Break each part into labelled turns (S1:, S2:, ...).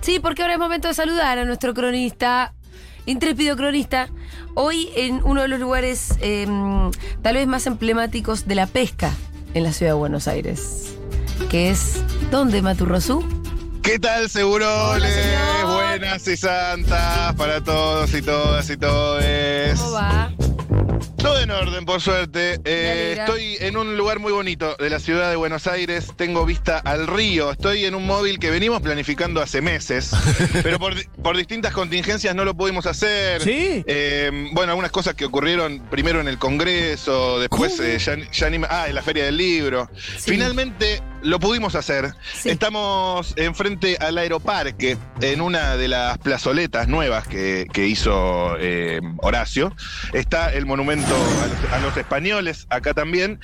S1: Sí, porque ahora es momento de saludar a nuestro cronista, intrépido cronista, hoy en uno de los lugares eh, tal vez más emblemáticos de la pesca en la ciudad de Buenos Aires, que es, ¿dónde, Maturrosú?
S2: ¿Qué tal,
S1: Hola,
S2: seguroles?
S1: señor.
S2: Buenas y santas para todos y todas y todes.
S1: ¿Cómo va?
S2: Todo en orden, por suerte. Eh,
S1: alegra.
S2: estoy en un lugar muy bonito de la ciudad de Buenos Aires. Tengo vista al río. Estoy en un móvil que venimos planificando hace meses, pero por, di- por distintas contingencias no lo pudimos hacer.
S3: ¿Sí?
S2: Eh, bueno, algunas cosas que ocurrieron primero en el Congreso, después
S3: ¿Cómo?
S2: eh, ya, ni- ya ni me- ah, en la Feria del Libro.
S1: Sí.
S2: Finalmente lo pudimos hacer.
S1: Sí.
S2: Estamos enfrente al aeroparque, en una de las plazoletas nuevas que, que hizo eh, Horacio. Está el monumento a los, a los españoles acá también.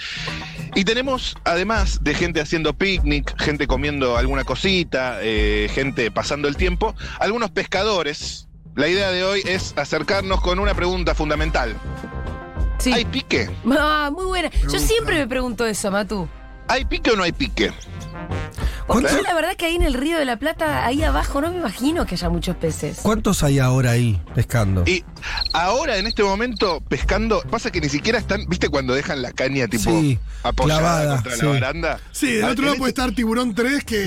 S2: Y tenemos, además de gente haciendo picnic, gente comiendo alguna cosita, eh, gente pasando el tiempo, algunos pescadores. La idea de hoy es acercarnos con una pregunta fundamental.
S1: Sí.
S2: ¿Hay pique?
S1: Ah, muy buena. Yo siempre me pregunto eso, Matú.
S2: ¿Hay pique o no hay pique?
S1: Porque
S2: ¿Cuánto?
S1: yo la verdad que ahí en el Río de la Plata, ahí abajo, no me imagino que haya muchos peces.
S3: ¿Cuántos hay ahora ahí pescando?
S2: Y ahora en este momento pescando, pasa que ni siquiera están, ¿viste cuando dejan la caña tipo
S3: Sí,
S2: apoyada
S3: clavada,
S2: contra
S3: sí.
S2: la baranda?
S4: Sí, del
S2: Ah,
S4: otro
S2: en
S4: lado puede estar Tiburón 3, que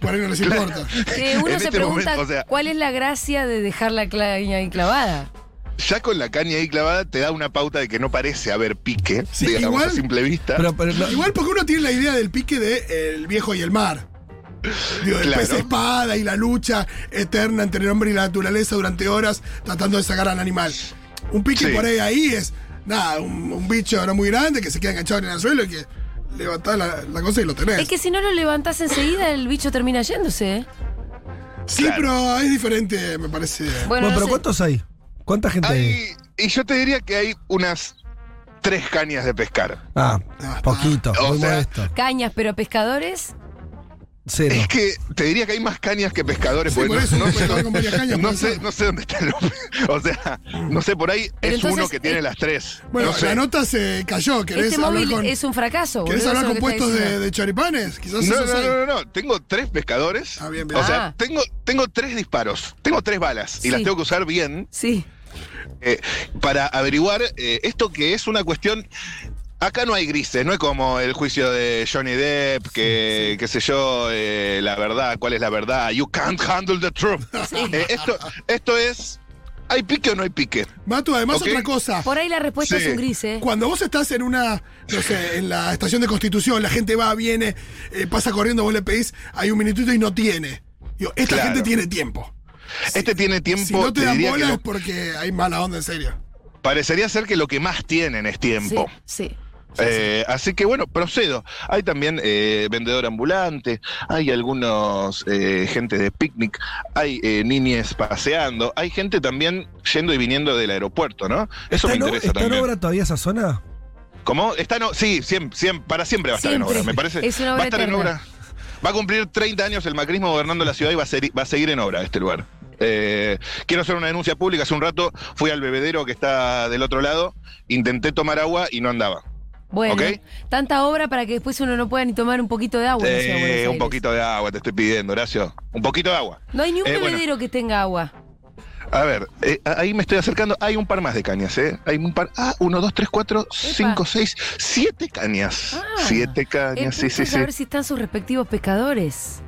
S4: por ahí no les importa.
S1: Que uno
S2: en
S1: se
S2: este
S1: pregunta
S2: momento, o sea-
S1: cuál es la gracia de dejar la claña ahí clavada.
S2: este- ya con la caña ahí clavada te da una pauta de que no parece haber pique,
S4: Sí,
S2: digamos
S4: igual-
S2: a simple vista.
S3: Pero, pero no-
S4: Igual porque uno tiene la idea del pique de El viejo y el mar. Digo, el
S2: Claro.
S4: pez espada y la lucha eterna entre el hombre y la naturaleza durante horas tratando de sacar al animal. Un pique
S2: Sí.
S4: por ahí ahí es, nada, un, un bicho no muy grande que se queda enganchado en el suelo y que levantás la, la cosa y lo tenés.
S1: Es que si no lo levantás enseguida, el bicho termina yéndose, ¿eh?
S4: sí,
S2: Claro.
S4: pero es diferente, me parece.
S1: Bueno,
S3: Bueno,
S1: no
S3: pero
S1: sé.
S3: ¿cuántos hay? ¿Cuánta gente hay?
S2: Hay- y yo te diría que hay unas tres cañas de pescar.
S3: Ah,
S4: Ah,
S3: poquito,
S2: o
S3: muy
S2: sea-
S3: modesto.
S1: cañas, pero pescadores.
S3: Cero.
S2: Es que te diría que hay más cañas que pescadores.
S4: Sí,
S2: porque
S4: por eso,
S2: no, sé,
S4: no puede estar con varias cañas,
S2: no
S4: puede
S2: sé-
S4: ser.
S2: no sé dónde está el hombre. O sea, no sé, por ahí
S1: Pero
S2: es
S1: entonces,
S2: uno que tiene
S1: eh,
S2: las tres.
S4: Bueno,
S2: no sé.
S4: la nota se cayó. ¿Querés
S1: Este
S4: hablar
S1: móvil
S4: con,
S1: es un fracaso.
S4: ¿querés
S1: boludo,
S4: hablar
S1: eso
S4: con
S1: es lo que
S4: puestos
S1: está
S4: de,
S1: diciendo.
S4: de choripanes? Quizás
S2: No,
S4: esos
S2: no,
S4: hay.
S2: no, no, no. Tengo tres pescadores.
S4: Ah, bien, bien.
S2: O sea,
S1: Ah.
S2: tengo, tengo tres disparos. Tengo tres balas
S1: Sí.
S2: y las tengo que usar bien
S1: Sí.
S2: eh, para averiguar eh, esto que es una cuestión. Acá no hay grises, no es como el juicio de Johnny Depp, que, qué sé yo, eh, la verdad, cuál es la verdad. You can't handle the truth. Eh, esto, esto es. ¿Hay pique o no hay pique?
S4: Matu, además
S2: Ok.
S4: otra cosa.
S1: Por ahí la respuesta
S2: Sí.
S1: es un gris, ¿eh?
S4: Cuando vos estás en una, no sé, en la estación de Constitución, la gente va, viene, eh, pasa corriendo, vos le pedís, hay un minutito y no tiene. Digo, esta
S2: Claro.
S4: gente tiene tiempo.
S2: Este tiene tiempo.
S4: Si no te, dan
S2: diría
S4: bola
S2: que
S4: es porque hay mala onda, en serio.
S2: lo- parecería ser que lo que más tienen es
S1: Sí,
S2: tiempo.
S1: sí.
S2: Eh, así que bueno, procedo. Hay también eh, vendedor ambulante, hay algunos eh, gente de picnic, hay eh, niñes paseando, hay gente también yendo y viniendo del aeropuerto, ¿no? Eso
S3: ¿Está,
S2: me
S3: en o-
S2: interesa
S3: está en
S2: también.
S3: obra todavía esa zona?
S2: ¿Cómo? Está no, sí, siempre, para siempre va a estar
S1: Siempre.
S2: en obra, me parece.
S1: Es una obra
S2: va a estar en
S1: eterna.
S2: obra. Va a cumplir 30 años el macrismo gobernando la ciudad y va a, ser- va a seguir en obra este lugar. Eh, quiero hacer una denuncia pública. Hace un rato fui al bebedero que está del otro lado, intenté tomar agua y no andaba.
S1: Bueno,
S2: Ok.
S1: tanta obra para que después uno no pueda ni tomar un poquito de agua. en la ciudad de Buenos
S2: Eh, un
S1: Aires.
S2: poquito de agua, te estoy pidiendo, Horacio. Un poquito de agua.
S1: No hay ni un
S2: Eh, bueno.
S1: bebedero que tenga agua.
S2: A ver, eh, ahí me estoy acercando. Hay un par más de cañas, ¿eh? Hay un par. Ah, uno, dos, tres, cuatro, cinco, seis, siete cañas.
S1: Ah.
S2: siete
S1: El
S2: cañas, sí,
S1: punto
S2: sí,
S1: es
S2: sí.
S1: saber si están sus respectivos pescadores.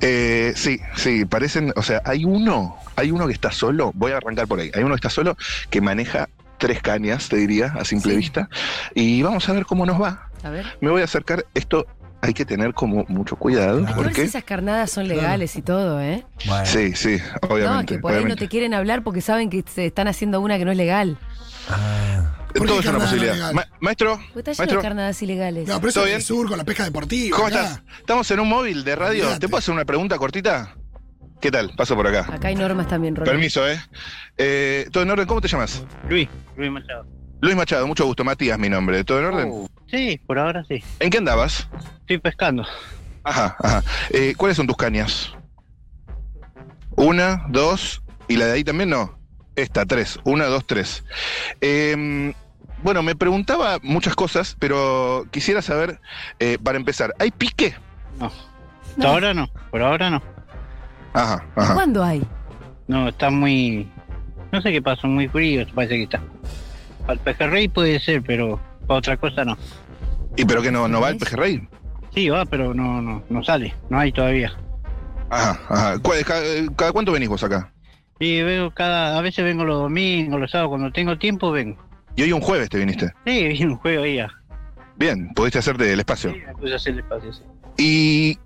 S2: Eh, sí, sí, parecen. O sea, hay uno, hay uno que está solo. Voy a arrancar por ahí. Hay uno que está solo que maneja tres cañas, te diría, a simple
S1: Sí.
S2: vista. Y vamos a ver cómo nos va.
S1: A ver.
S2: Me voy a acercar. Esto hay que tener como mucho cuidado.
S1: Hay que
S3: Claro.
S1: ver si
S2: porque
S1: esas carnadas son legales y todo, ¿eh?
S3: Bueno.
S2: Sí, sí,
S1: No,
S2: obviamente.
S1: que por ahí no
S2: obviamente.
S1: te quieren hablar porque saben que se están haciendo una que no es legal.
S3: Ah.
S4: ¿Por
S2: Todo
S4: qué
S2: es una
S4: carnada
S2: posibilidad.
S4: legal?
S2: Ma- maestro,
S1: Porque está lleno
S2: maestro,
S1: de carnadas ilegales.
S4: No, pero eso
S2: ¿Todo
S4: es
S2: bien?
S4: el sur con la pesca deportiva.
S2: ¿cómo
S4: acá.
S2: estás? Estamos en un móvil de radio.
S4: Olvídate.
S2: ¿Te puedo hacer una pregunta cortita? ¿Qué tal? Paso por acá.
S1: Acá hay normas también, Rolando.
S2: Permiso, ¿eh? Eh, ¿Todo en orden? ¿Cómo te llamas?
S5: Luis, Luis Machado.
S2: Luis Machado, mucho gusto. Matías, mi nombre. ¿Todo en
S6: Oh.
S2: orden?
S5: Sí, por ahora sí.
S2: ¿En qué andabas?
S5: Estoy pescando.
S2: Ajá, ajá. Eh, ¿Cuáles son tus cañas? Una, dos, y la de ahí también no. Esta, tres. Una, dos, tres. Eh, bueno, me preguntaba muchas cosas, pero quisiera saber, eh, para empezar, ¿hay pique?
S5: No.
S1: No.
S5: Hasta ahora no. Por ahora no.
S2: Ajá, ajá.
S1: ¿Cuándo hay?
S6: No, está muy. No sé qué pasó, muy frío, parece que está. Para el pejerrey puede ser, pero para otra cosa no.
S2: ¿Y pero que no, no va el pejerrey?
S6: Sí, va, pero no, no, no sale, no hay todavía.
S2: Ajá, ajá. ¿Cuál- ca- eh, ¿Cada cuánto venís vos acá?
S6: Y veo cada. A veces vengo los domingos, los sábados, cuando tengo tiempo vengo.
S2: Y hoy un jueves te viniste.
S6: Sí, viene un juego ahí. ah.
S2: Bien, pudiste hacerte el espacio.
S6: Sí, me puse a hacer el espacio, sí.
S2: Y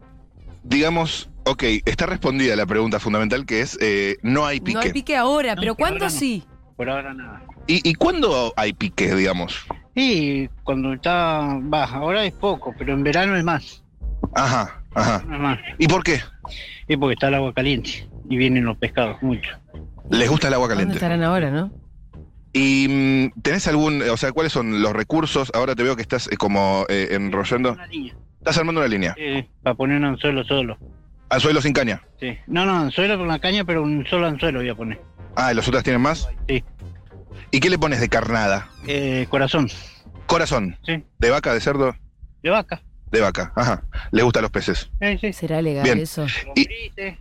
S2: digamos, ok, está respondida la pregunta fundamental que es, eh, no hay pique.
S1: No hay pique ahora,
S6: No,
S1: pero
S6: que
S1: ¿cuándo
S6: ahora no.
S1: sí?
S6: Por ahora nada.
S2: ¿Y, ¿Y cuándo hay pique, digamos?
S6: Y cuando está. Va, ahora es poco, pero en verano es más.
S2: Ajá, ajá.
S6: no es más.
S2: ¿Y por qué?
S6: Y porque está el agua caliente y vienen los pescados, mucho.
S2: Les gusta el agua
S1: ¿Cuándo
S2: caliente.
S1: estarán ahora, no?
S2: ¿Y mm, tenés algún, o sea, cuáles son los recursos? Ahora te veo que estás eh, como eh, enrollando.
S6: Una niña.
S2: Estás armando una línea.
S6: Sí, para poner un anzuelo solo.
S2: Anzuelo sin caña.
S6: Sí. No, no, anzuelo con la caña, pero un solo anzuelo voy a poner.
S2: Ah, ¿y los otras tienen más?
S6: Sí.
S2: ¿Y qué le pones de carnada?
S6: Eh, corazón,
S2: Corazón.
S6: Sí.
S2: ¿De vaca, de cerdo?
S6: de vaca.
S2: De vaca, ajá. Le gustan los peces.
S6: Eh, sí.
S1: ¿Será legal
S2: Bien.
S1: eso?
S6: Lombrices.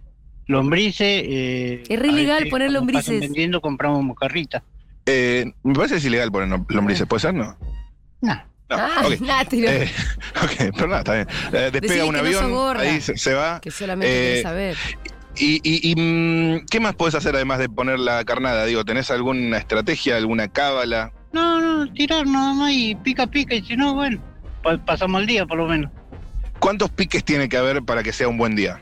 S6: Lombrices. eh,
S1: Es re
S6: a
S1: ilegal
S6: veces
S1: poner
S6: cuando
S1: lombrices.
S6: pasan vendiendo compramos carrita.
S2: Eh, me parece que es ilegal poner nom- lombrices, ¿puede ser? No.
S6: Nah.
S2: No,
S1: ah,
S2: ok.
S1: nada, tiró.
S2: Eh, ok, pero nada, está bien. Eh,
S1: Decile
S2: despega un
S1: que no sos
S2: avión,
S1: gorda.
S2: ahí se, se va.
S1: que solamente
S2: eh,
S1: querés saber.
S2: ¿Y, y- y, mm, qué más podés hacer además de poner la carnada? Digo, ¿tenés alguna estrategia, alguna cábala?
S6: No, no, tirar nada más y pica, pica. Y si no, bueno, pa- pasamos el día por lo menos.
S2: ¿Cuántos piques tiene que haber para que sea un buen día?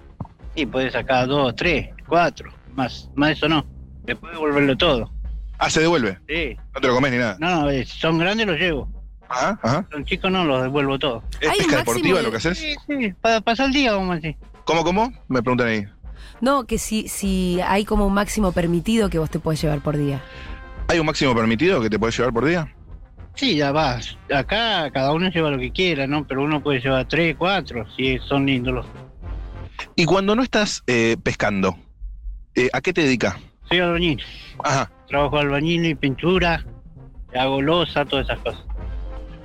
S6: Y puedes sacar dos, tres, cuatro, más. Más eso no. Después devolverlo todo.
S2: Ah, se devuelve.
S6: Sí.
S2: No te lo comes ni nada.
S6: No, no, eh, son grandes los llevo.
S2: Ajá, ajá.
S6: Son chicos no, los devuelvo todo.
S2: ¿Es
S1: Hay un
S2: pesca
S1: máximo
S2: deportiva
S1: de-
S2: lo que haces?
S6: Sí, sí, para pasar el día, vamos a decir.
S2: ¿Cómo, cómo? Me preguntan ahí.
S1: No, que si, si hay como un máximo permitido que vos te puedes llevar por día.
S2: ¿Hay un máximo permitido que te puedes llevar por día?
S6: Sí, ya vas. Acá cada uno lleva lo que quiera, ¿no? Pero uno puede llevar tres, cuatro, si son lindos los.
S2: Y cuando no estás eh, pescando, eh, ¿a qué te dedicas?
S6: Soy albañil.
S2: Ajá,
S6: Trabajo albañil y pintura, hago losa, todas esas cosas.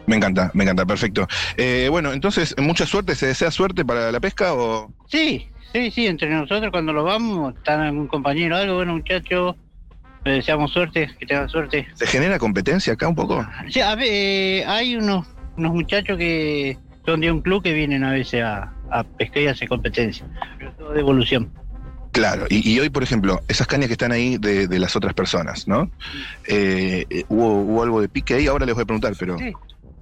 S2: me encanta, me encanta, perfecto. Eh, bueno, entonces, mucha suerte, ¿se desea suerte para la pesca o...?
S6: Sí, sí, sí, entre nosotros cuando lo vamos, están algún compañero, algo, bueno, muchachos, le deseamos suerte, que tengan suerte.
S2: ¿Se genera competencia acá un poco?
S6: Sí, a ve- eh, hay unos, unos muchachos que son de un club que vienen a veces a, a pescar y hacer competencia. Pero todo de evolución.
S2: Claro, y, y hoy, por ejemplo, esas cañas que están ahí de, de las otras personas, ¿no? Eh, eh, hubo, hubo algo de pique ahí, ahora les voy a preguntar, pero...
S6: Sí.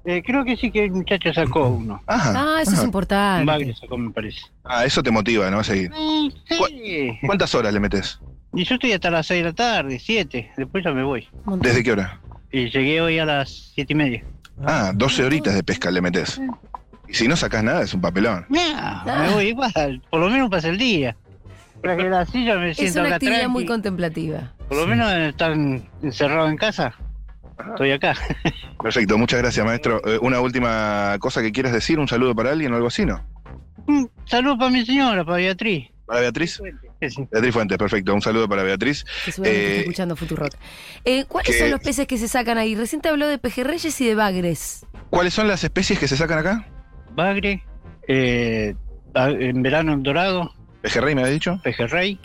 S6: Eh, creo que sí que el muchacho sacó uno.
S2: Ajá,
S1: Ah, eso es
S2: ajá.
S6: Un
S1: importante.
S6: bagre sacó, me parece.
S2: Ah, eso te motiva, ¿no? A seguir.
S6: Mm, Sí.
S2: ¿Cuántas horas le metes?
S6: Y yo estoy hasta las 6 de la tarde, 7. Después ya me voy.
S2: ¿Desde qué hora?
S6: Y llegué hoy a las 7 y media.
S2: Ah, 12 horitas de pesca le metes. Y si no sacás nada, es un papelón.
S6: Nah,
S1: Ah.
S6: Me voy igual. Por lo menos pasa el día. Porque la silla me
S1: Es
S6: siento
S1: una
S6: acá
S1: actividad
S6: tranqui.
S1: muy contemplativa.
S6: Por lo menos estar encerrado en casa. Estoy acá.
S2: Perfecto, muchas gracias, maestro. Eh, una última cosa que quieras decir, un saludo para alguien o algo así, ¿no?
S6: Mm, Saludos para mi señora, para Beatriz.
S2: Para Beatriz.
S6: Que sí.
S2: Beatriz Fuentes, perfecto. Un saludo para Beatriz.
S1: Que seguramente está
S2: Eh,
S1: escuchando Futurock. Eh, ¿Cuáles
S2: que-
S1: son los peces que se sacan ahí? Recién te habló de pejerreyes y de bagres.
S2: ¿Cuáles son las especies que se sacan acá?
S6: Bagre, eh, a- en verano el dorado,
S2: Pejerrey, me había dicho.
S6: pejerrey.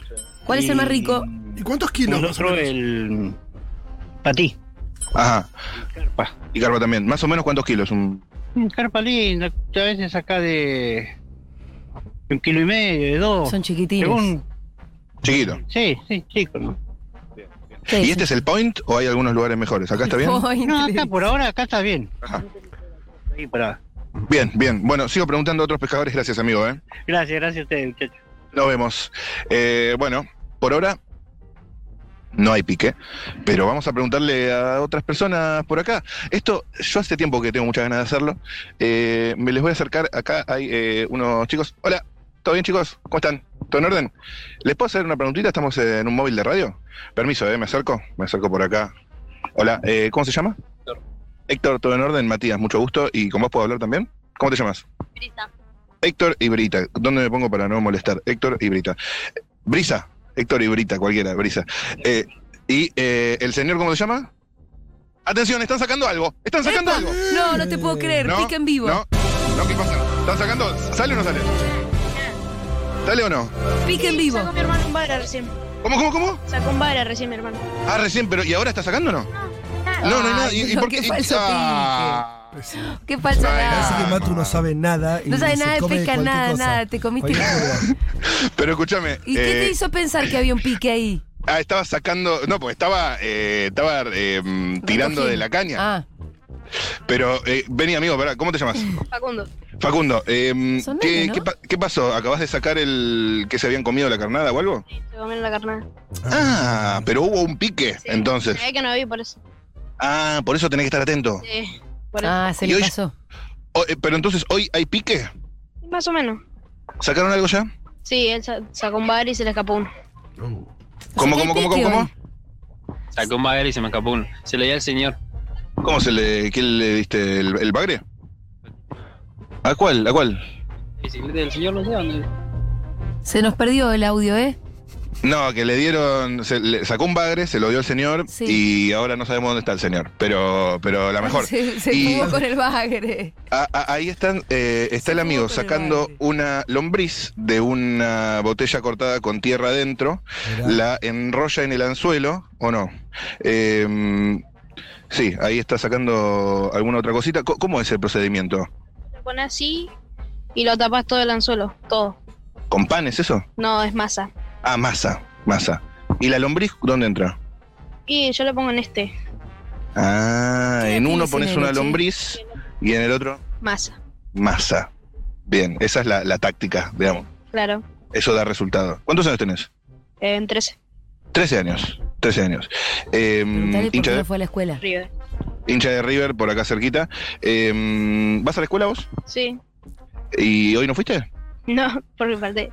S1: ¿Cuál es el más rico?
S4: ¿Y cuántos kilos?
S6: El
S4: más o
S6: otro,
S4: menos?
S6: el patí.
S2: Ajá.
S6: Carpa.
S2: Y carpa también. Más o menos cuántos kilos. Un-
S6: Mm, Carpa linda, a veces acá de de un kilo y medio, de dos.
S1: Son chiquitines.
S6: según,
S2: Chiquito.
S6: sí, sí, chico, ¿no?
S1: ¿Qué
S2: ¿Y
S1: es?
S2: este es el point o hay algunos lugares mejores? ¿Acá está bien?
S1: Point,
S6: No,
S1: le
S6: acá
S1: dice.
S6: por ahora, acá está bien.
S2: Ajá.
S6: Ahí para.
S2: Bien, bien. Bueno, sigo preguntando a otros pescadores. Gracias, amigo. ¿eh?
S6: Gracias, gracias a ustedes, muchachos.
S2: Nos vemos. Eh, bueno, por ahora no hay pique, pero vamos a preguntarle a otras personas por acá. Esto, yo hace tiempo que tengo muchas ganas de hacerlo. Eh, me les voy a acercar. Acá hay eh, unos chicos. Hola, ¿todo bien, chicos? ¿Cómo están? ¿Todo en orden? ¿Les puedo hacer una preguntita? Estamos en un móvil de radio. Permiso, ¿eh? Me acerco. Me acerco por acá. Hola, eh, ¿cómo se llama?
S6: Héctor.
S2: Héctor, todo en orden. Matías, mucho gusto. ¿Y con vos puedo hablar también? ¿Cómo te llamas?
S7: Brisa,
S2: Héctor y Brita. ¿Dónde me pongo para no molestar? Héctor y Brita. Eh, Brisa. Héctor y Brita, cualquiera, Brisa. Eh, ¿Y eh, el señor cómo se llama? Atención, están sacando algo. Están sacando
S1: ¡Epa!
S2: algo.
S1: No, no te puedo creer.
S2: No,
S1: Pica en vivo.
S2: No, no, ¿qué pasa? Están sacando. ¿Sale o no sale? ¿Dale o no?
S1: Pique en vivo.
S7: Sacó mi hermano un vara recién.
S2: ¿Cómo, cómo, cómo?
S7: Sacó un vara recién, mi hermano.
S2: Ah, recién, pero ¿y ahora está sacando o no? No, no hay nada. ¿Y,
S1: Ay,
S2: y
S1: no,
S2: por
S1: qué
S2: qué? y-
S1: falso
S2: Ah.
S1: Qué falsa
S2: Ay,
S1: nada.
S2: así
S3: Así que Matu no sabe nada. y
S1: No sabe
S3: se
S1: nada de
S3: come
S1: pesca,
S3: cualquier
S1: nada,
S3: cosa.
S1: nada, te comiste-
S3: Cualquier cosa.
S2: Pero escúchame.
S1: ¿Y qué te
S2: eh,
S1: hizo pensar que había un pique ahí?
S2: Ah, estaba sacando. No, porque estaba, eh, estaba eh, mm, tirando
S1: Recogiendo.
S2: de la caña.
S1: Ah,
S2: Pero eh, vení, amigo, pará, ¿cómo te llamas?
S7: Facundo.
S2: Facundo, eh,
S1: Soname,
S2: ¿qué,
S1: ¿no?
S2: qué pa- qué pasó? ¿Acabas de sacar el que se habían comido la carnada o algo?
S7: Sí, se comió la carnada.
S2: Ah, pero hubo un pique,
S7: Sí.
S2: entonces.
S7: Se ve que no vi por eso.
S2: Ah, por eso tenés que estar atento.
S7: Sí, por eso.
S1: ah se
S2: ¿Y
S1: le
S2: hoy-
S1: pasó.
S2: O- eh, pero entonces, ¿hoy hay pique?
S7: Más o menos.
S2: ¿Sacaron algo ya?
S7: Sí, él sa- sacó un vara y se le escapó uno.
S1: O
S2: ¿Cómo,
S1: sea,
S2: cómo,
S1: que hay
S2: cómo, cómo,
S1: pique
S2: cómo?
S1: hoy.
S8: Sacó un bagre y se me escapó uno. Se lo di al señor.
S2: ¿Cómo se le, quién le diste el, el bagre? ¿A cuál? ¿A cuál?
S8: La bicicleta del señor no sé dónde.
S1: Se nos perdió el audio, ¿eh?
S2: No, que le dieron, se, le sacó un bagre, se lo dio el señor
S1: Sí.
S2: y ahora no sabemos dónde está el señor. Pero, pero la mejor.
S1: Se, se
S2: Y-
S1: jugó con el bagre.
S2: Ah, ah, ahí están, eh, está
S1: Se
S2: el amigo
S1: jugó con el
S2: sacando
S1: bagre.
S2: una lombriz de una botella cortada con tierra adentro,
S3: Mirá.
S2: la enrolla en el anzuelo, ¿o no? Eh, sí, ahí está sacando alguna otra cosita. Co- ¿Cómo es el procedimiento?
S7: Lo pones así y lo tapas todo el anzuelo. Todo.
S2: ¿Con pan es eso?
S7: No, es masa.
S2: Ah, masa, masa. ¿Y la lombriz dónde entra?
S7: Y yo lo pongo en este.
S2: Ah,
S1: ¿Qué
S2: en
S1: tiene
S2: uno
S1: ese
S2: pones una
S1: nene, che?
S2: lombriz y en el otro
S7: Masa.
S2: masa. Bien, esa es la, la táctica, digamos.
S7: Claro.
S2: Eso da resultado. ¿Cuántos años tenés?
S7: Eh, En 13.
S2: 13 años, 13 años. Eh,
S1: Preguntale por qué
S2: hincha, de,
S1: no fue a la escuela.
S7: River.
S2: hincha de River, por acá cerquita. Eh, ¿Vas a la escuela vos?
S7: Sí.
S2: ¿Y hoy no fuiste?
S7: No, porque parte.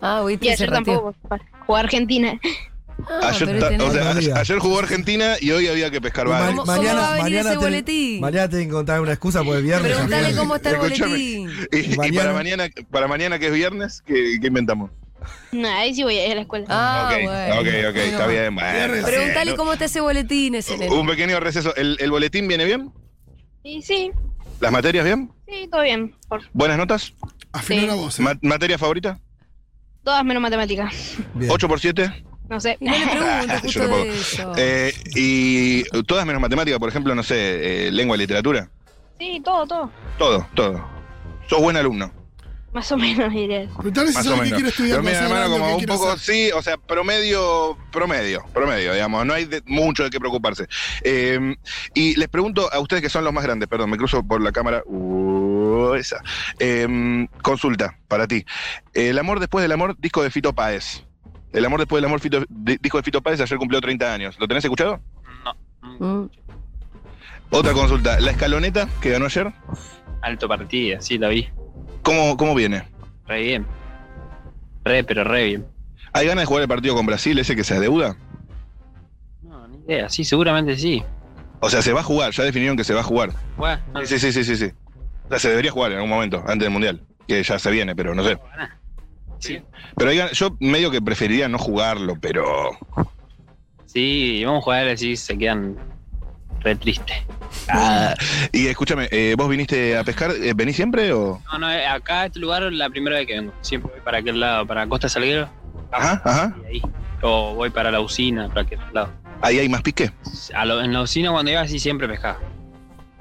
S1: Ah,
S7: Y
S1: oíste, se
S7: ayer
S1: rateó.
S7: tampoco. Jugó Argentina.
S1: Ah, pero
S2: ta-
S1: tenés-
S2: o sea,
S3: otro día.
S2: ayer jugó Argentina y hoy había que pescar
S3: Ma-
S2: bagre.
S1: ¿Cómo- cómo va a venir ese
S3: te-
S1: boletín?
S3: Mañana te que encontrar una excusa porque es viernes.
S1: Preguntale
S3: Javier.
S1: cómo está el
S2: Escuchame.
S1: boletín.
S2: Y, y
S3: mañana-
S2: para mañana, para mañana que es viernes, ¿qué, qué inventamos?
S7: No, ahí sí voy a ir a la escuela.
S1: Ah,
S2: ok,
S1: bueno.
S2: ok, ok, está bien. bueno, está
S1: Preguntale
S2: bien.
S1: cómo está ese boletín, ese nene.
S2: Un pequeño receso. ¿El, el boletín viene bien?
S7: Y sí,
S2: ¿Las materias bien?
S7: sí, todo bien. Por
S2: ¿Buenas notas?
S4: Afinó
S7: Sí.
S4: la voz. eh.
S2: Ma- ¿Materia favorita?
S7: todas menos matemáticas.
S3: Bien.
S2: ¿8 por 7?
S7: No sé.
S1: Y no le
S2: Ah,
S1: preguntes justo
S2: yo tampoco.
S1: de eso.
S2: Eh, y todas menos matemática, por ejemplo, no sé, eh, lengua, literatura.
S7: Sí, todo, todo.
S2: Todo, todo. Sos buen alumno.
S7: Más o menos diría.
S4: Preguntale si
S2: Más o
S4: sabe qué
S2: menos.
S4: quiere estudiar.
S2: Pero mira,
S4: cuando sea
S2: hermano,
S4: grande,
S2: como
S4: pues, qué
S2: un
S4: quiere
S2: poco,
S4: hacer.
S2: sí, o sea, promedio, promedio, promedio, digamos. No hay de- mucho de qué preocuparse. Eh, y les pregunto a ustedes que son los más grandes, perdón, me cruzo por la cámara. Uh, esa. Eh, consulta para ti. El amor después del amor, disco de Fito Páez. El amor después del amor, Fito- di- disco de Fito Páez, ayer cumplió 30 años. ¿Lo tenés escuchado?
S8: No.
S1: Mm.
S2: Otra consulta. La escaloneta que ganó ayer,
S8: Alto partida, sí, la vi.
S2: ¿cómo, cómo viene?
S8: Re bien. Re, pero re bien.
S2: ¿Hay ganas de jugar el partido con Brasil, ese que se adeuda?
S8: No, ni idea. Sí, seguramente sí.
S2: O sea, se va a jugar, ya definieron que se va a jugar.
S8: Bueno, no
S2: Sí, sí, sí, sí, sí. O sea, se debería jugar en algún momento, antes del Mundial, que ya se viene, pero no sé.
S8: Sí.
S2: Pero hay gan- yo medio que preferiría no jugarlo, pero...
S8: Sí, vamos a jugar así, se quedan re tristes.
S2: Y escúchame, eh, ¿vos viniste a pescar? eh, ¿Venís siempre o...?
S8: No, no, eh, acá a este lugar es la primera vez que vengo. Siempre voy para aquel lado, para Costa Salguero.
S2: Ajá, ajá.
S8: Y ahí. O voy para la usina, para aquel lado.
S2: Ahí hay más pique.
S8: A lo- en la usina cuando iba así siempre pescaba.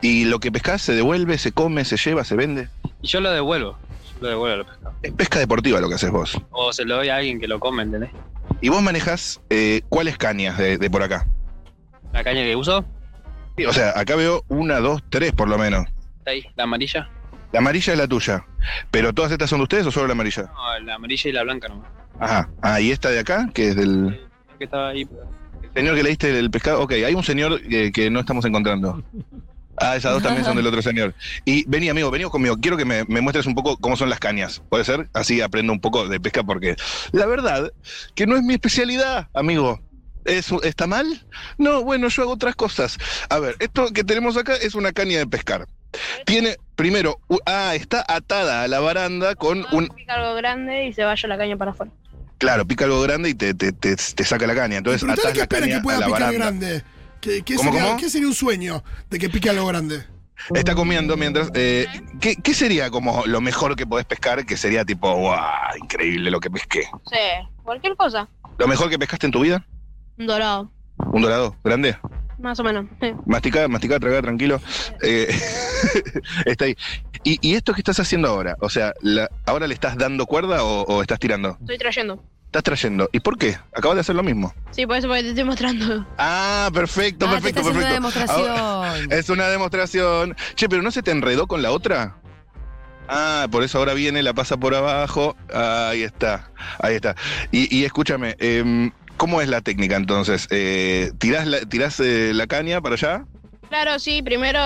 S2: Y lo que pescás se devuelve, se come, se lleva, se vende.
S8: Y yo lo devuelvo. Yo lo devuelvo lo pescado.
S2: Es pesca deportiva lo que haces vos.
S8: O se lo doy a alguien que lo come, ¿entendés?
S2: Y vos manejás eh, cuáles cañas de, de por acá.
S8: La caña que uso,
S2: Sí, O sea, acá veo una, dos, tres por lo menos.
S8: está ahí, la amarilla.
S2: La amarilla es la tuya. ¿Pero todas estas son de ustedes o solo la amarilla?
S8: No, la amarilla y la blanca nomás.
S2: Ajá. Ah, y esta de acá, que es del
S8: Creo que estaba ahí. pero-
S2: señor que le diste el pescado. Ok, hay un señor eh, que no estamos encontrando. Ah, esas dos también son del otro señor. Y vení, amigo, vení conmigo. Quiero que me, me muestres un poco cómo son las cañas. ¿Puede ser? Así aprendo un poco de pesca porque la verdad que no es mi especialidad, amigo. ¿Es, ¿Está mal? No, bueno, yo hago otras cosas. A ver, esto que tenemos acá es una caña de pescar. Tiene primero, u- ah, está atada a la baranda con un,
S7: Pica algo grande y se vaya la caña para afuera.
S2: Claro, pica algo grande y te, te- te- te saca la caña. Entonces,
S4: Preguntale
S2: atás
S4: qué
S2: la
S4: espera
S2: caña
S4: que pueda
S2: a la
S4: picar
S2: baranda.
S4: grande. ¿Qué, qué
S2: ¿Cómo,
S4: sería,
S2: cómo?
S4: qué sería un sueño de que pique algo grande?
S2: Está comiendo mientras. eh, ¿qué, qué sería como lo mejor que podés pescar? Que sería tipo, ¡guau! Increíble lo que pesqué.
S7: Sí, cualquier cosa.
S2: ¿Lo mejor que pescaste en tu vida?
S7: Un dorado,
S2: ¿Un dorado? ¿Grande?
S7: más o menos. sí.
S2: Masticá, masticá, tragá, tranquilo. Eh, está ahí. ¿Y, y esto que estás haciendo ahora? O sea, la- ¿ahora le estás dando cuerda o, o estás tirando?
S7: Estoy trayendo.
S2: Estás trayendo. ¿Y por qué? Acabas de hacer lo mismo.
S7: Sí, por eso porque te estoy mostrando.
S2: Ah, perfecto,
S1: Ah, te
S2: perfecto,
S1: está haciendo
S2: perfecto. Ah, eh,
S1: una
S2: Ahora-
S1: demostración.
S2: es una demostración. Che, pero ¿no se te enredó con la otra? Ah, por eso ahora viene, la pasa por abajo. Ahí está, ahí está. Y, y escúchame, em, ¿cómo es la técnica entonces? Eh, ¿Tirás, la, tirás, eh, la caña para allá?
S7: Claro, sí, primero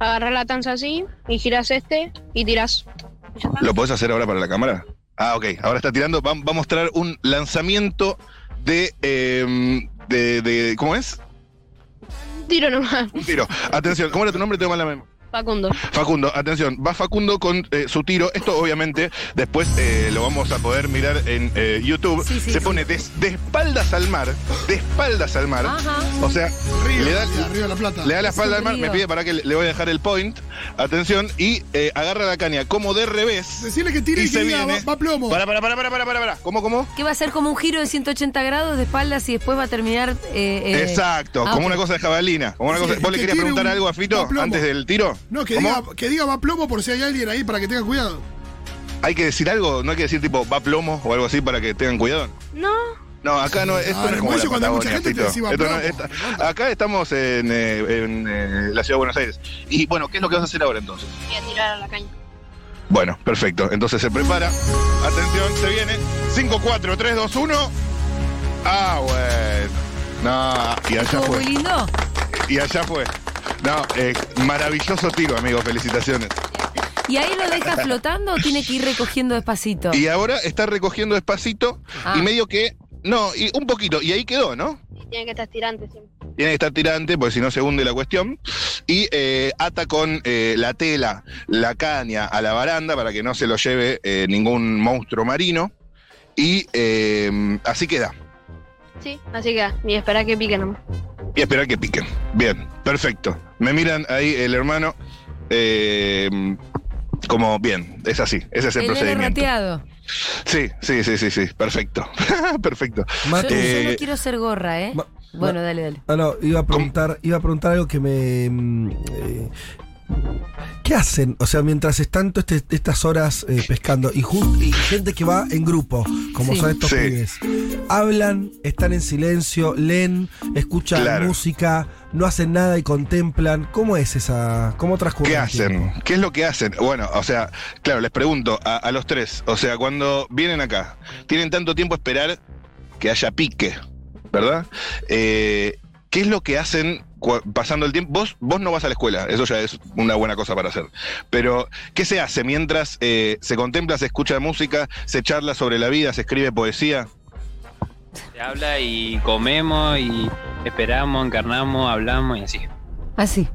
S7: agarras la tanza así y giras este y tiras.
S2: ¿Lo podés hacer ahora para la cámara? Ah, ok. Ahora está tirando. Va, va a mostrar un lanzamiento de, em, de, de- ¿Cómo es?
S7: Tiro nomás,
S2: Un tiro. Atención, ¿cómo era tu nombre? Tengo mala memoria.
S7: Facundo.
S2: Facundo, atención, va Facundo con eh, su tiro. Esto obviamente después eh, lo vamos a poder mirar en eh, YouTube.
S1: Sí, sí,
S2: Se
S1: sí.
S2: pone de, de espaldas al mar, de espaldas al mar.
S1: Ajá.
S2: O sea,
S4: Río,
S2: le da,
S4: sí, Río de la Plata.
S2: le da la
S1: Es
S2: espalda
S1: un
S2: al mar,
S1: río.
S2: me pide para que le, le voy a dejar el point. Atención, y eh, agarra la caña como de revés.
S4: Decirle que tire
S2: Y
S4: y,
S2: se
S4: que diga,
S2: viene.
S4: va, va plomo.
S2: Para, para, para, para, para, para, para. ¿Cómo, cómo?
S1: Que va a ser como un giro de 180 grados de espaldas y después va a terminar. eh, eh,
S2: Exacto,
S1: ah,
S2: como
S1: ok.
S2: una cosa de jabalina. Como una
S4: Sí,
S2: cosa. ¿Vos le
S4: que
S2: querías
S4: tire
S2: preguntar
S4: un-
S2: algo a
S4: un
S2: Fito
S4: plomo.
S2: antes del tiro?
S4: No, que
S2: ¿Cómo?
S4: diga, que diga va plomo por si hay alguien ahí para que tenga cuidado.
S2: ¿Hay que decir algo? ¿No hay que decir tipo va plomo o algo así para que tengan cuidado?
S7: No,
S2: No, acá no, esto
S4: Ah,
S2: no
S4: en
S2: es como
S4: Mayo
S2: la
S4: cuando hay mucha
S2: Patagonia,
S4: gente te
S2: Fito.
S4: decían,
S2: Esto no-
S4: "Vamos,
S2: esta- Acá estamos en, eh, en, eh, la ciudad de Buenos Aires. Y bueno, ¿qué es lo que vas a hacer ahora entonces?
S7: voy a tirar a la caña.
S2: Bueno, perfecto. Entonces se prepara. Atención, se viene. 5, 4, 3, 2, 1. Ah, bueno. No, y allá
S1: Estuvo muy
S2: fue.
S1: lindo.
S2: Y allá fue. No, eh, maravilloso tiro, amigo. Felicitaciones.
S1: ¿Y ahí lo deja flotando o tiene que ir recogiendo despacito?
S2: Y ahora está recogiendo despacito
S1: Ah.
S2: y medio que. No, y un poquito. Y ahí quedó, ¿no?
S7: Y tiene que estar tirante siempre.
S2: Tiene que estar tirante, porque si no se hunde la cuestión. Y eh, ata con eh, la tela, la caña a la baranda para que no se lo lleve eh, ningún monstruo marino. Y eh, así queda.
S7: Sí, así que y espera que pique nomás.
S2: Y esperar que piquen. Bien, perfecto. Me miran ahí el hermano. eh, como bien, es así, ese es el,
S1: el nene
S2: procedimiento.
S1: rateado.
S2: Sí, sí, sí, sí, sí, perfecto. perfecto.
S1: Yo,
S3: Matu-
S1: yo
S2: Eh,
S1: no quiero ser gorra, ¿eh?
S3: Ma-
S1: bueno, dale, dale.
S3: Ah, no, iba a preguntar, iba a preguntar algo que me. mm, eh, ¿Qué hacen? O sea, mientras están todas este- estas horas eh, pescando y, ju- y gente que va en grupo, como
S1: Sí.
S3: son estos
S2: Sí.
S3: pibes, hablan, están en silencio, leen, escuchan
S2: Claro.
S3: música, no hacen nada y contemplan. ¿Cómo es esa? ¿Cómo transcurre?
S2: ¿Qué
S3: el
S2: hacen?
S3: tiempo?
S2: ¿Qué es lo que hacen? Bueno, o sea, claro, les pregunto a, a los tres. O sea, cuando vienen acá, tienen tanto tiempo a esperar que haya pique, ¿verdad? Eh, ¿Qué es lo que hacen cua- pasando el tiempo? Vos, vos no vas a la escuela, eso ya es una buena cosa para hacer. Pero, ¿qué se hace mientras eh, se contempla, se escucha música, se charla sobre la vida, se escribe poesía?
S8: Se habla y comemos y esperamos, encarnamos, hablamos y así.
S1: Así.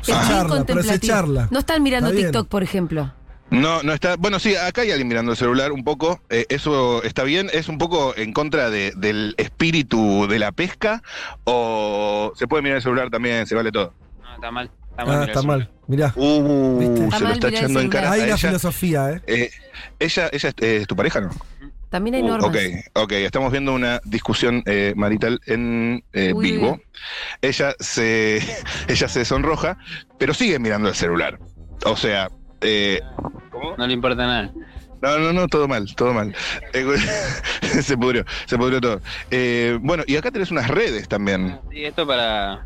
S1: Es
S3: Se
S1: bien
S3: charla, pero se
S1: contemplativo.
S3: charla.
S1: No están mirando
S3: Está bien.
S1: TikTok, por ejemplo.
S2: No, no está. Bueno, sí, acá hay alguien mirando el celular un poco. eh, eso está bien. Es un poco en contra de- del espíritu de la pesca. O se puede mirar el celular también, se vale todo.
S8: No, está mal. Está
S3: Ah,
S8: mal. mira,
S3: está
S8: eso.
S3: mal. Mirá,
S2: Uh,
S3: Viste.
S2: se
S3: Está
S2: lo
S1: mal mirar
S2: está
S1: el
S2: echando en cara. a
S3: hay una
S2: ella,
S3: filosofía, ¿eh?
S2: Eh, ella, ella es, eh, es tu pareja, ¿no?
S1: También hay normas.
S2: Uh, Ok, ok. Estamos viendo una discusión eh, marital en
S1: Uy,
S2: eh,
S1: uy,
S2: vivo.
S1: uy.
S2: Ella se, ella se sonroja, pero sigue mirando el celular. O sea, eh, ¿cómo?
S8: No le importa nada.
S2: No, no, no, todo mal, todo mal. Eh, se pudrió, se pudrió todo. Eh, bueno, y acá tenés unas redes también.
S8: Sí, esto para,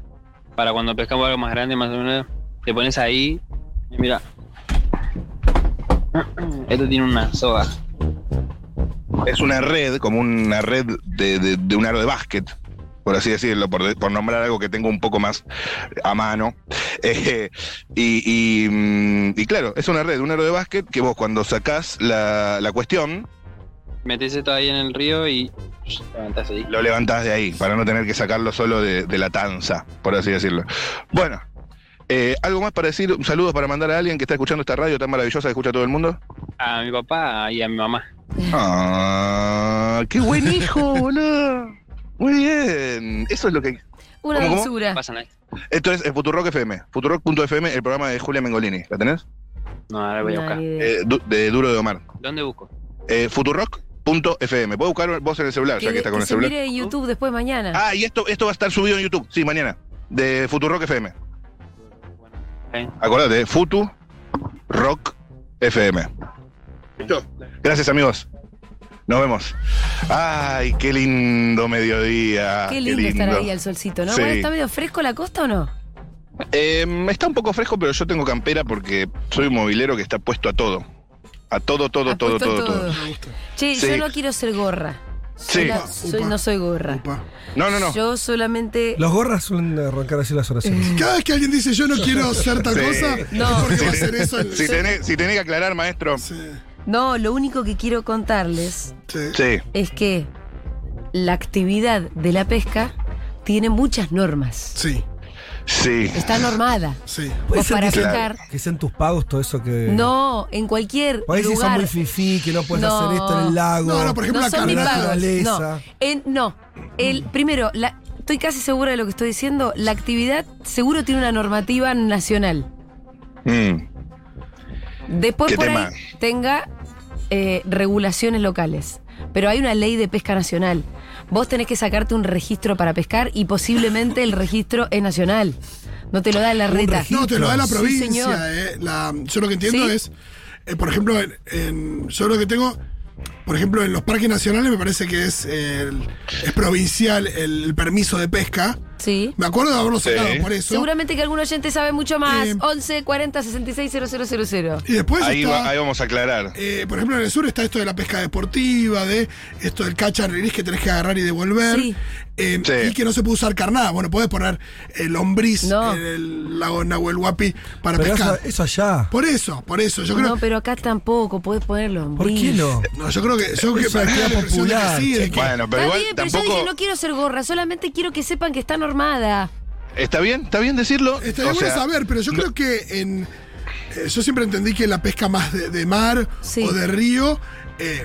S8: para cuando pescamos algo más grande, más o menos, te pones ahí y mira. Esto tiene una soga.
S2: Es una red, como una red de, de- de un aro de básquet, por así decirlo, por, de- por nombrar algo que tengo un poco más a mano. Eh, y, y, mm, y claro, es una red, un aro de básquet que vos cuando sacás la, la cuestión,
S8: Metes esto ahí en el río y levantás ahí.
S2: lo levantás de ahí, para no tener que sacarlo solo de, de la tanza, por así decirlo. Bueno. eh, ¿Algo más para decir? Saludos para mandar a alguien que está escuchando esta radio tan maravillosa que escucha todo el mundo.
S8: A mi papá y a mi mamá.
S2: Ah, qué buen hijo, boludo. Muy bien. Eso es lo que.
S1: Una
S2: ¿Cómo, cómo?
S1: dulzura.
S8: Pasan ahí.
S2: Esto es eh, Futurock FM. Futurock.fm, el programa de Julia Mengolini. ¿La tenés?
S8: No, ahora voy a
S1: Una
S8: buscar.
S1: idea.
S2: Eh, du- de Duro de Omar.
S8: ¿Dónde busco?
S2: Eh, Futurock.fm. Puedes buscar vos en el celular, ya que está con el
S1: se
S2: celular.
S1: mire en YouTube después mañana.
S2: Ah, y esto, esto va a estar subido en YouTube. Sí, mañana. De Futurock FM.
S8: Bueno, ok.
S2: Acordate, eh, Futu Rock FM. Listo. Gracias, amigos. Nos vemos. Ay, qué lindo mediodía.
S1: Qué lindo, estar ahí al solcito, ¿no?
S2: Sí.
S1: Bueno, ¿Está medio fresco la costa o no?
S2: Eh, está un poco fresco, pero yo tengo campera porque soy un movilero que está puesto a todo. A todo, todo, todo,
S1: Apuesto a
S2: todo, todo.
S4: Me gusta.
S1: Che, yo
S2: Sí.
S1: no quiero ser gorra. Soy
S2: Sí.
S1: la- soy-
S4: Upa.
S1: no soy gorra.
S4: Upa.
S2: No, no, no.
S1: Yo solamente.
S3: Los gorras suelen arrancar así las oraciones.
S1: Eh.
S4: Cada vez que alguien dice yo no quiero hacer tal
S2: Sí.
S4: cosa,
S1: No.
S4: es porque va a hacer eso. el-
S2: Si tenés, si tenés que aclarar, maestro.
S4: Sí,
S1: No, lo único que quiero contarles
S4: sí.
S2: Sí.
S1: es que la actividad de la pesca tiene muchas normas.
S4: Sí,
S2: Sí.
S1: Está normada.
S4: sí.
S3: Puede
S1: Vos
S3: ser
S1: para
S3: que, sea-
S1: pescar.
S3: que sean tus pagos todo eso que.
S1: No, en cualquier
S3: Por ahí sí son
S1: lugar.
S3: muy fifí, que no puedes
S1: No.
S3: hacer esto en el lago.
S4: No, no, por ejemplo,
S1: no
S4: la
S1: son ni
S4: carne.
S1: pagos,
S3: naturaleza.
S1: No, En- no. El, primero, la- estoy casi segura de lo que estoy diciendo. La actividad seguro tiene una normativa nacional.
S2: Mm.
S1: Después
S2: ¿Qué
S1: por
S2: tema?
S1: ahí tenga eh, regulaciones locales. Pero hay una ley de pesca nacional. Vos tenés que sacarte un registro para pescar y posiblemente el registro es nacional. No te lo da la reta.
S3: registro.
S4: No, te lo da la
S3: Sí,
S1: señor.
S4: provincia. eh. La- yo lo que entiendo
S1: Sí.
S4: es, eh, por ejemplo, en, en- yo lo que tengo, por ejemplo, en los parques nacionales me parece que es, el- es provincial el, permiso de pesca.
S1: Sí.
S4: Me acuerdo de haberlo sacado
S2: Sí.
S4: por eso.
S1: Seguramente que algún oyente sabe mucho más.
S4: Eh,
S1: 11 40 66 000.
S4: Y después
S2: Ahí,
S4: Pues está,
S2: va- ahí vamos a aclarar.
S4: eh, por ejemplo, en el sur está esto de la pesca deportiva, de esto del catch and release que tenés que agarrar y devolver.
S1: Sí.
S4: eh,
S2: Sí.
S4: Y que no se puede usar carnada. Bueno, podés poner el lombriz
S1: No.
S4: en el lago Nahuel Huapi para
S3: Pero eso,
S4: pescar.
S3: eso allá.
S4: Por eso, por eso. Yo creo,
S1: No, pero acá tampoco podés ponerlo.
S3: ¿Por qué no?
S4: No, yo creo que. Yo creo que
S3: Es una
S4: para que
S3: actividad
S4: la impresión de que
S3: popular,
S4: sí, Eh, de
S3: chico.
S4: que-
S2: Bueno, pero
S1: está
S2: igual
S1: bien, pero yo
S2: tampoco.
S1: dije, no quiero ser gorra, solamente quiero que sepan que está normada.
S2: Está bien, está bien decirlo.
S4: Estaría
S2: O
S4: bueno
S2: sea,
S4: saber, pero yo creo que en. eh, yo siempre entendí que la pesca más de, de mar
S1: Sí.
S4: o de río. eh,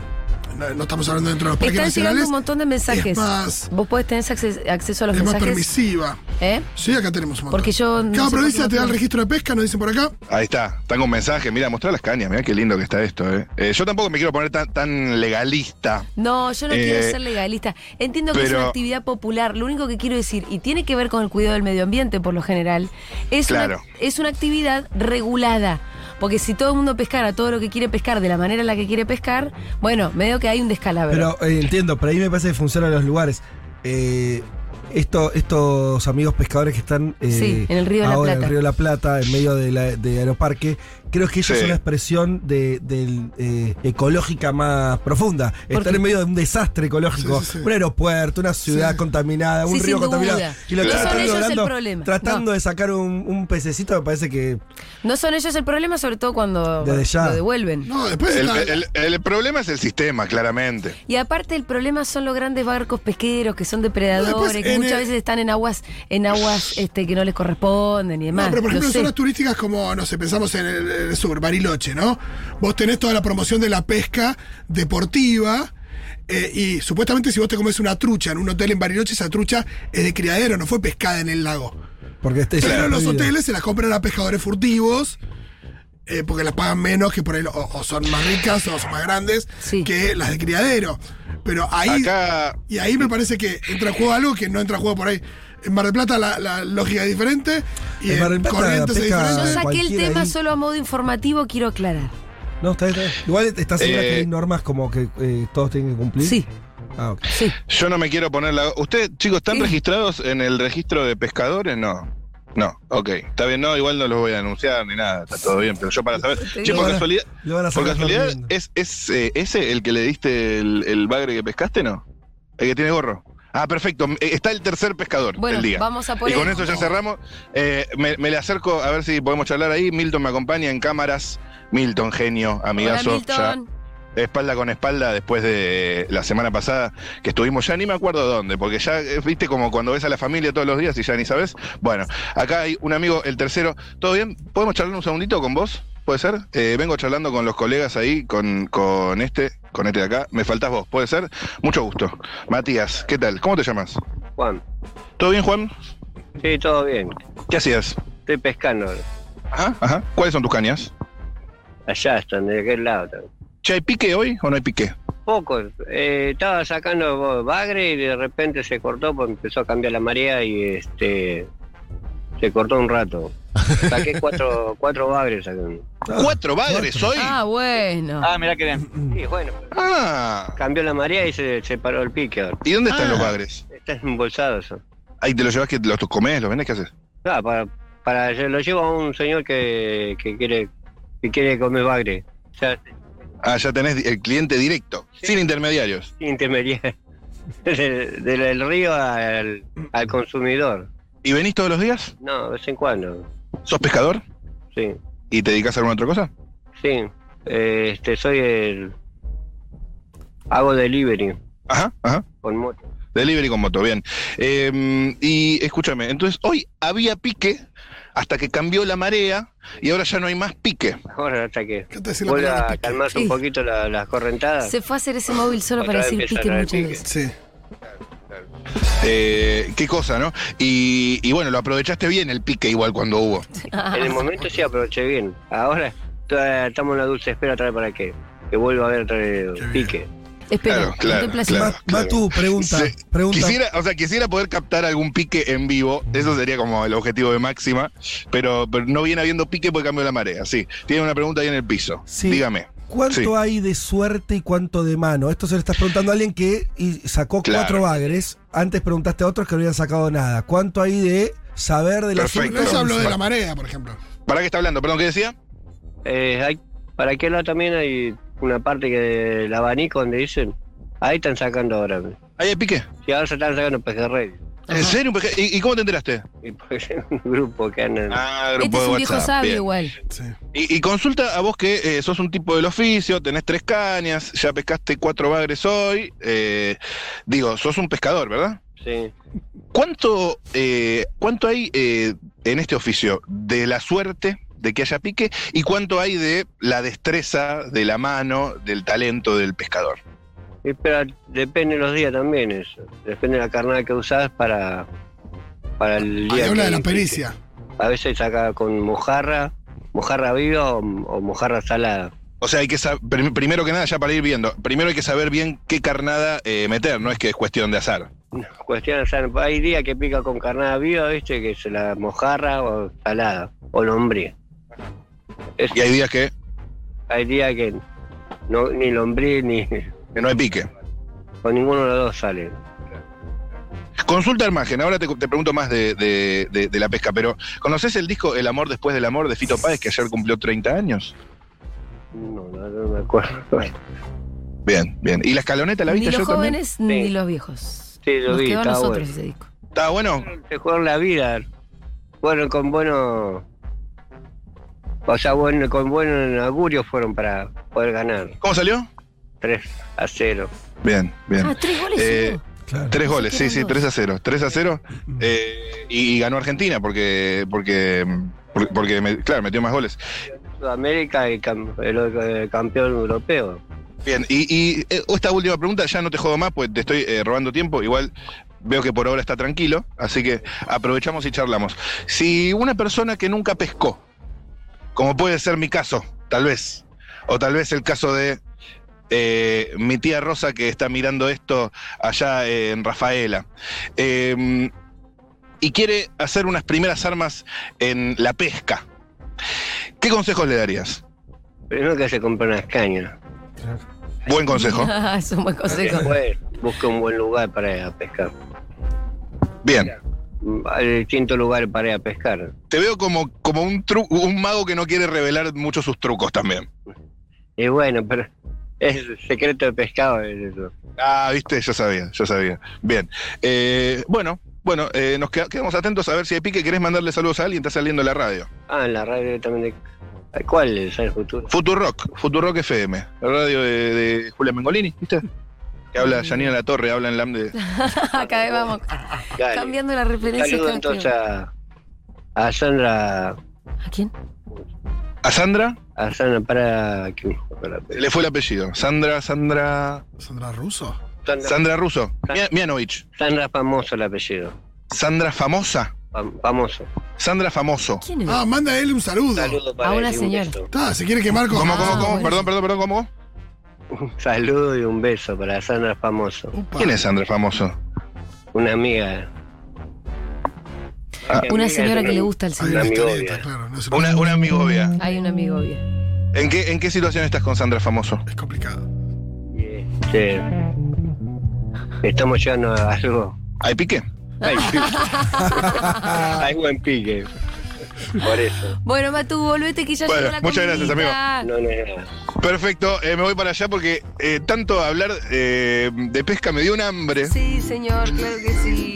S4: no, no estamos hablando dentro de los parques
S1: Están llegando
S4: nacionales.
S1: un montón de mensajes.
S4: Es más,
S1: Vos podés tener acces- acceso a los
S4: es más
S1: mensajes.
S4: permisiva.
S1: ¿Eh?
S4: Sí, acá tenemos un montón.
S1: Porque yo no
S4: Cada
S1: sé
S4: provincia
S1: por qué
S4: te da el
S1: no-
S4: registro de pesca, nos dicen por acá.
S2: Ahí está, están con mensajes. Mira, mostrar las cañas, mira qué lindo que está esto. Eh. Eh, yo tampoco me quiero poner tan, tan legalista.
S1: No, yo no quiero
S2: Eh,
S1: ser legalista. Entiendo que es
S2: pero-
S1: una actividad popular. Lo único que quiero decir, y tiene que ver con el cuidado del medio ambiente por lo general, es,
S2: Claro.
S1: una, es una actividad regulada. Porque si todo el mundo pescara todo lo que quiere pescar de la manera en la que quiere pescar, bueno, medio que hay un descalabro.
S3: Pero eh, entiendo, por ahí me parece que funcionan los lugares. Eh, esto- estos amigos pescadores que están eh,
S1: Sí, en el Río de la
S3: ahora en
S1: Plata.
S3: el Río de la Plata, en medio de, la- de Aeroparque, creo que ellos
S2: Sí.
S3: son la expresión de, del, eh, ecológica más profunda. Están
S1: qué?
S3: en medio de un desastre ecológico,
S4: Sí, sí, sí.
S3: un aeropuerto, una ciudad
S4: Sí.
S3: contaminada, un
S1: Sí,
S3: río
S1: sin duda.
S3: contaminado. Y lo
S1: No
S3: que
S1: son
S3: están
S1: ellos el
S3: logrando-
S1: problema.
S3: tratando
S1: No.
S3: de sacar un, un pececito, me parece que
S1: No son ellos el problema, sobre todo cuando
S3: Desde ya.
S1: lo devuelven.
S4: No, después
S2: El,
S4: está.
S2: el- el problema es el sistema, claramente.
S1: Y aparte el problema son los grandes barcos pesqueros que son depredadores,
S4: No, después
S1: que
S4: en
S1: muchas
S4: el-
S1: veces están en aguas, en aguas este, que no les corresponden y demás.
S4: No, pero por
S1: Lo
S4: ejemplo, en
S1: sé.
S4: zonas turísticas como, no sé, pensamos en el, el sur, Bariloche, ¿no? Vos tenés toda la promoción de la pesca deportiva. eh, y supuestamente si vos te comes una trucha en un hotel en Bariloche, esa trucha es de criadero, no fue pescada en el lago.
S3: porque este
S4: Pero los
S3: prohibido.
S4: hoteles se las compran a pescadores furtivos, eh, porque las pagan menos que por ahí, o, o son más ricas o son más grandes
S1: Sí.
S4: que las de criadero. Pero ahí...
S2: Acá.
S4: Y ahí me parece que entra en juego algo que no entra en juego por ahí. En Mar del Plata la, la lógica es diferente
S3: En
S4: y en,
S3: Mar del Plata
S4: Corrientes es
S3: pesca-
S2: Ah,
S1: Yo
S4: diferente.
S1: saqué el
S3: cualquiera
S1: tema
S3: ahí.
S1: solo a modo informativo, quiero aclarar.
S3: No, está bien, está bien. Igual estás segura
S2: Eh,
S3: que hay normas como que eh, todos tienen que cumplir.
S1: Sí,
S3: Ah, ok.
S1: sí.
S2: Yo no me quiero poner la. ¿Ustedes, chicos, están
S1: Sí.
S2: registrados en el registro de pescadores? No. No, ok. Está bien, no, igual no los voy a anunciar ni nada. Está todo bien, pero yo para saber.
S1: Te
S2: Che,
S1: digo.
S2: por
S3: Ahora-
S2: casualidad,
S3: Lo van a
S2: por
S3: sacar
S2: casualidad
S3: corriendo.
S2: ¿es, es eh, ese el que le diste el, el bagre que pescaste, no? El que tiene gorro. Ah, perfecto. Eh, Está el tercer pescador
S1: Bueno,
S2: del día.
S1: vamos a
S2: Y
S1: poner.
S2: con eso ya cerramos. Eh, me, me le acerco a ver si podemos charlar ahí. Milton me acompaña en cámaras. Milton, genio,
S1: Hola,
S2: amigazo. ya
S1: Milton.
S2: espalda con espalda después de la semana pasada que estuvimos ya ni me acuerdo dónde, porque ya eh, viste como cuando ves a la familia todos los días y ya ni sabes. Bueno, acá hay un amigo, el tercero. ¿Todo bien? ¿Podemos charlar un segundito con vos? ¿Puede ser? Eh, vengo charlando con los colegas ahí, con, con este, con este de acá. Me faltás vos, ¿puede ser? Mucho gusto. Matías, ¿qué tal? ¿Cómo te llamas?
S6: Juan,
S2: ¿Todo bien, Juan?
S6: Sí, todo bien.
S2: ¿Qué hacías?
S6: Estoy pescando. ahora.
S2: Ajá, ajá. ¿Cuáles son tus cañas?
S6: Allá están, de aquel lado. también.
S2: Che, ¿hay pique hoy o no hay pique?
S6: Poco. eh, estaba sacando bagre y de repente se cortó porque empezó a cambiar la marea y este se cortó un rato. Saqué cuatro, cuatro bagres. saqué.
S2: ¿Cuatro bagres hoy?
S1: Ah, bueno.
S9: Ah, mirá que bien.
S6: Y bueno,
S2: Ah.
S6: cambió la marea y se, se paró el pique ahora.
S2: ¿Y dónde están
S9: Ah.
S2: los bagres?
S6: Está embolsado eso.
S2: Ahí te los llevas que los comes, los vendes, ¿qué haces?
S6: Ah, para, para, lo llevo a un señor que, que quiere que quiere comer bagre. O sea,
S2: Ah, ya tenés di- el cliente directo, sin intermediarios.
S6: intermediario. Del, del río al, al consumidor.
S2: ¿Y venís todos los días?
S6: No, de vez en cuando.
S2: ¿Sos pescador?
S6: Sí,
S2: ¿Y te dedicas a alguna otra cosa?
S6: sí. Eh, Este, soy el. Hago delivery
S2: Ajá, ajá.
S6: con moto.
S2: Delivery con moto, bien. Eh, y escúchame, entonces hoy había pique hasta que cambió la marea y ahora ya no hay más pique.
S6: Ahora hasta que
S4: ¿Qué te hace la
S6: vuelva
S4: palabra
S6: a
S4: pique?
S6: calmarse un
S1: Sí.
S6: poquito la- las correntadas.
S1: Se fue a hacer ese móvil solo
S6: Otra
S1: para
S6: vez
S1: decir
S6: empieza
S1: pique
S6: a traer
S1: muchas
S6: pique.
S1: veces.
S4: Sí.
S2: Eh, qué cosa, ¿no? Y, y bueno, lo aprovechaste bien el pique igual cuando hubo.
S1: Ah,
S6: En el momento sí aproveché bien. Ahora todavía estamos en la dulce espera otra vez para que, que vuelva a haber otra vez
S4: Qué bien.
S6: pique.
S1: Espera,
S2: Claro, claro,
S1: contempla eso.
S2: claro.
S3: Ma- Matu, pregunta.
S2: Sí.
S3: pregunta.
S2: Quisiera, o sea, quisiera poder captar algún pique en vivo, eso sería como el objetivo de Máxima, pero, pero no viene habiendo pique por cambio de la marea, sí. Tiene una pregunta ahí en el piso,
S3: Sí.
S2: dígame.
S3: ¿Cuánto
S2: Sí.
S3: hay de suerte y cuánto de mano? Esto se lo estás preguntando a alguien que y sacó
S2: Claro.
S3: cuatro bagres. Antes preguntaste a otros que no habían sacado nada. ¿Cuánto hay de saber de la
S2: Perfecto.
S4: No se habló de
S3: suerte?
S4: la marea, por ejemplo.
S2: ¿Para qué está hablando? Perdón, ¿qué decía?
S6: Eh, hay, para aquel lado también hay una parte que del abanico donde dicen, ahí están sacando ahora.
S2: Ahí hay pique.
S6: Si ahora se están sacando pejerrey.
S2: ¿En serio? ¿Por qué? ¿Y, y cómo te enteraste?
S6: Y porque es un grupo que andan.
S2: Ah,
S1: Este es un viejo sabio
S2: bien.
S1: igual.
S4: Sí.
S2: Y, y consulta a vos que eh, sos un tipo del oficio, tenés tres cañas, ya pescaste cuatro bagres hoy. eh, digo, sos un pescador, ¿verdad?
S6: Sí.
S2: ¿Cuánto, eh, cuánto hay eh, en este oficio de la suerte de que haya pique y cuánto hay de la destreza, de la mano, del talento del pescador?
S6: Y pero depende de los días también eso. Depende de la carnada que usás para, para
S4: Ahí
S6: el día.
S4: Ah, habla
S6: que-
S4: de la pericia.
S6: A veces saca con mojarra, mojarra viva o, o mojarra salada.
S2: O sea, hay que sab- prim- primero que nada, ya para ir viendo, primero hay que saber bien qué carnada eh, meter, no es que es cuestión de azar.
S6: Cuestión, o sea, hay días que pica con carnada viva, viste, que es la mojarra o salada o lombriz. Es-
S2: Y hay días que,
S6: Hay días que no, ni lombriz ni
S2: que no hay pique.
S6: con ninguno de los dos sale.
S2: Consulta al margen, ahora te, te pregunto más de, de- de- de la pesca, pero ¿conoces el disco El amor después del amor de Fito Páez que ayer cumplió 30 años?
S6: No, no, no me acuerdo.
S2: Bien, bien. ¿Y la escaloneta la
S1: Ni
S2: viste
S1: los
S2: yo también?
S1: jóvenes ni
S6: Sí.
S1: los viejos.
S6: Sí, lo
S1: Nos
S6: vi,
S1: quedó a
S6: estaba
S1: nosotros
S6: bueno.
S1: ese disco.
S2: ¿Estaba bueno?
S6: Te jugaron la vida. Bueno, con bueno. O sea, bueno, con buen augurio fueron para poder ganar.
S2: ¿Cómo salió?
S6: 3 a 0.
S2: Bien, bien.
S1: Ah, tres goles.
S2: Eh,
S1: solo.
S3: Claro.
S2: Tres
S1: Pensé
S2: goles,
S1: que
S2: sí,
S1: eran
S2: sí,
S1: dos.
S2: 3 a 0. 3 a 0. eh, y, y ganó Argentina porque, porque, porque, porque me- claro, metió más goles.
S6: Sudamérica y cam- el, eh, campeón europeo.
S2: Bien, y, y, eh, esta última pregunta, ya no te jodo más, pues te estoy eh, robando tiempo. Igual veo que por ahora está tranquilo, así que aprovechamos y charlamos. Si una persona que nunca pescó, como puede ser mi caso, tal vez, o tal vez el caso de eh, mi tía Rosa que está mirando esto allá en Rafaela, eh, y quiere hacer unas primeras armas en la pesca, ¿qué consejos le darías?
S6: Primero que se compre unas cañas.
S2: Buen consejo.
S1: Ah, es un buen consejo.
S6: Después busque un buen lugar para ir a pescar.
S2: Bien.
S6: Hay distintos lugares para ir a pescar.
S2: Te veo como, como un, tru- un mago que no quiere revelar mucho sus trucos también.
S6: Y bueno, pero es el secreto de pescado. es eso.
S2: Ah, viste, yo sabía, yo sabía. Bien. Eh, bueno, bueno, eh, nos queda- quedamos atentos a ver si hay pique. ¿Querés mandarle saludos a alguien? Está saliendo en la radio.
S6: Ah, en la radio también. De... ¿Cuál es el futuro?
S2: Futurock, Futurock FM, la radio de, de Julia Mengolini, ¿viste? Que habla Janina La Torre, habla en LAM de.
S1: Acá eh, vamos
S6: Dale.
S1: cambiando la referencia.
S6: Saludo
S1: cada
S6: entonces
S1: que-
S6: a, a Sandra,
S1: ¿A quién?
S2: A Sandra
S6: a Sandra para que para-
S2: le fue el apellido. Sandra, Sandra.
S4: ¿Sandra Russo?
S6: Sandra,
S2: Sandra Russo. Mia- Mianovich.
S6: Sandra famoso el apellido.
S2: Sandra Famosa.
S6: fam- famoso.
S2: Sandra Famoso.
S1: ¿Quién era?
S4: Ah, manda él un saludo.
S6: Un saludo para
S1: A una
S6: él y un
S1: señora.
S6: beso.
S4: Está, se quiere quemar con.
S2: ¿Cómo,
S1: Ah,
S2: cómo, cómo?
S1: bueno.
S2: Perdón, perdón, perdón, ¿cómo?
S6: Un saludo y un beso para Sandra Famoso.
S4: Upa.
S2: ¿Quién es Sandra Famoso?
S6: Una amiga.
S2: Ah,
S1: Una
S6: amiga,
S1: señora
S6: es
S1: que le
S6: una-
S1: gusta el
S4: Hay
S1: señor.
S4: una
S6: Un amigo
S4: historieta,
S6: obvio.
S4: claro. No se lo-
S2: Una, una amigo obvia.
S1: Hay un amigo obvio.
S2: ¿En qué, ¿En qué situación estás con Sandra Famoso?
S4: Es complicado.
S6: Este, estamos llegando a algo.
S2: ¿Hay pique?
S6: Hay, hay buen pique. Por eso.
S1: Bueno, Matu, volvete que ya
S2: Bueno,
S1: llegó la
S2: muchas gracias,
S1: comidita.
S6: No, no es nada.
S2: Perfecto, eh, me voy para allá porque eh, tanto hablar eh, de pesca me dio un hambre.
S1: Sí, señor, claro que sí.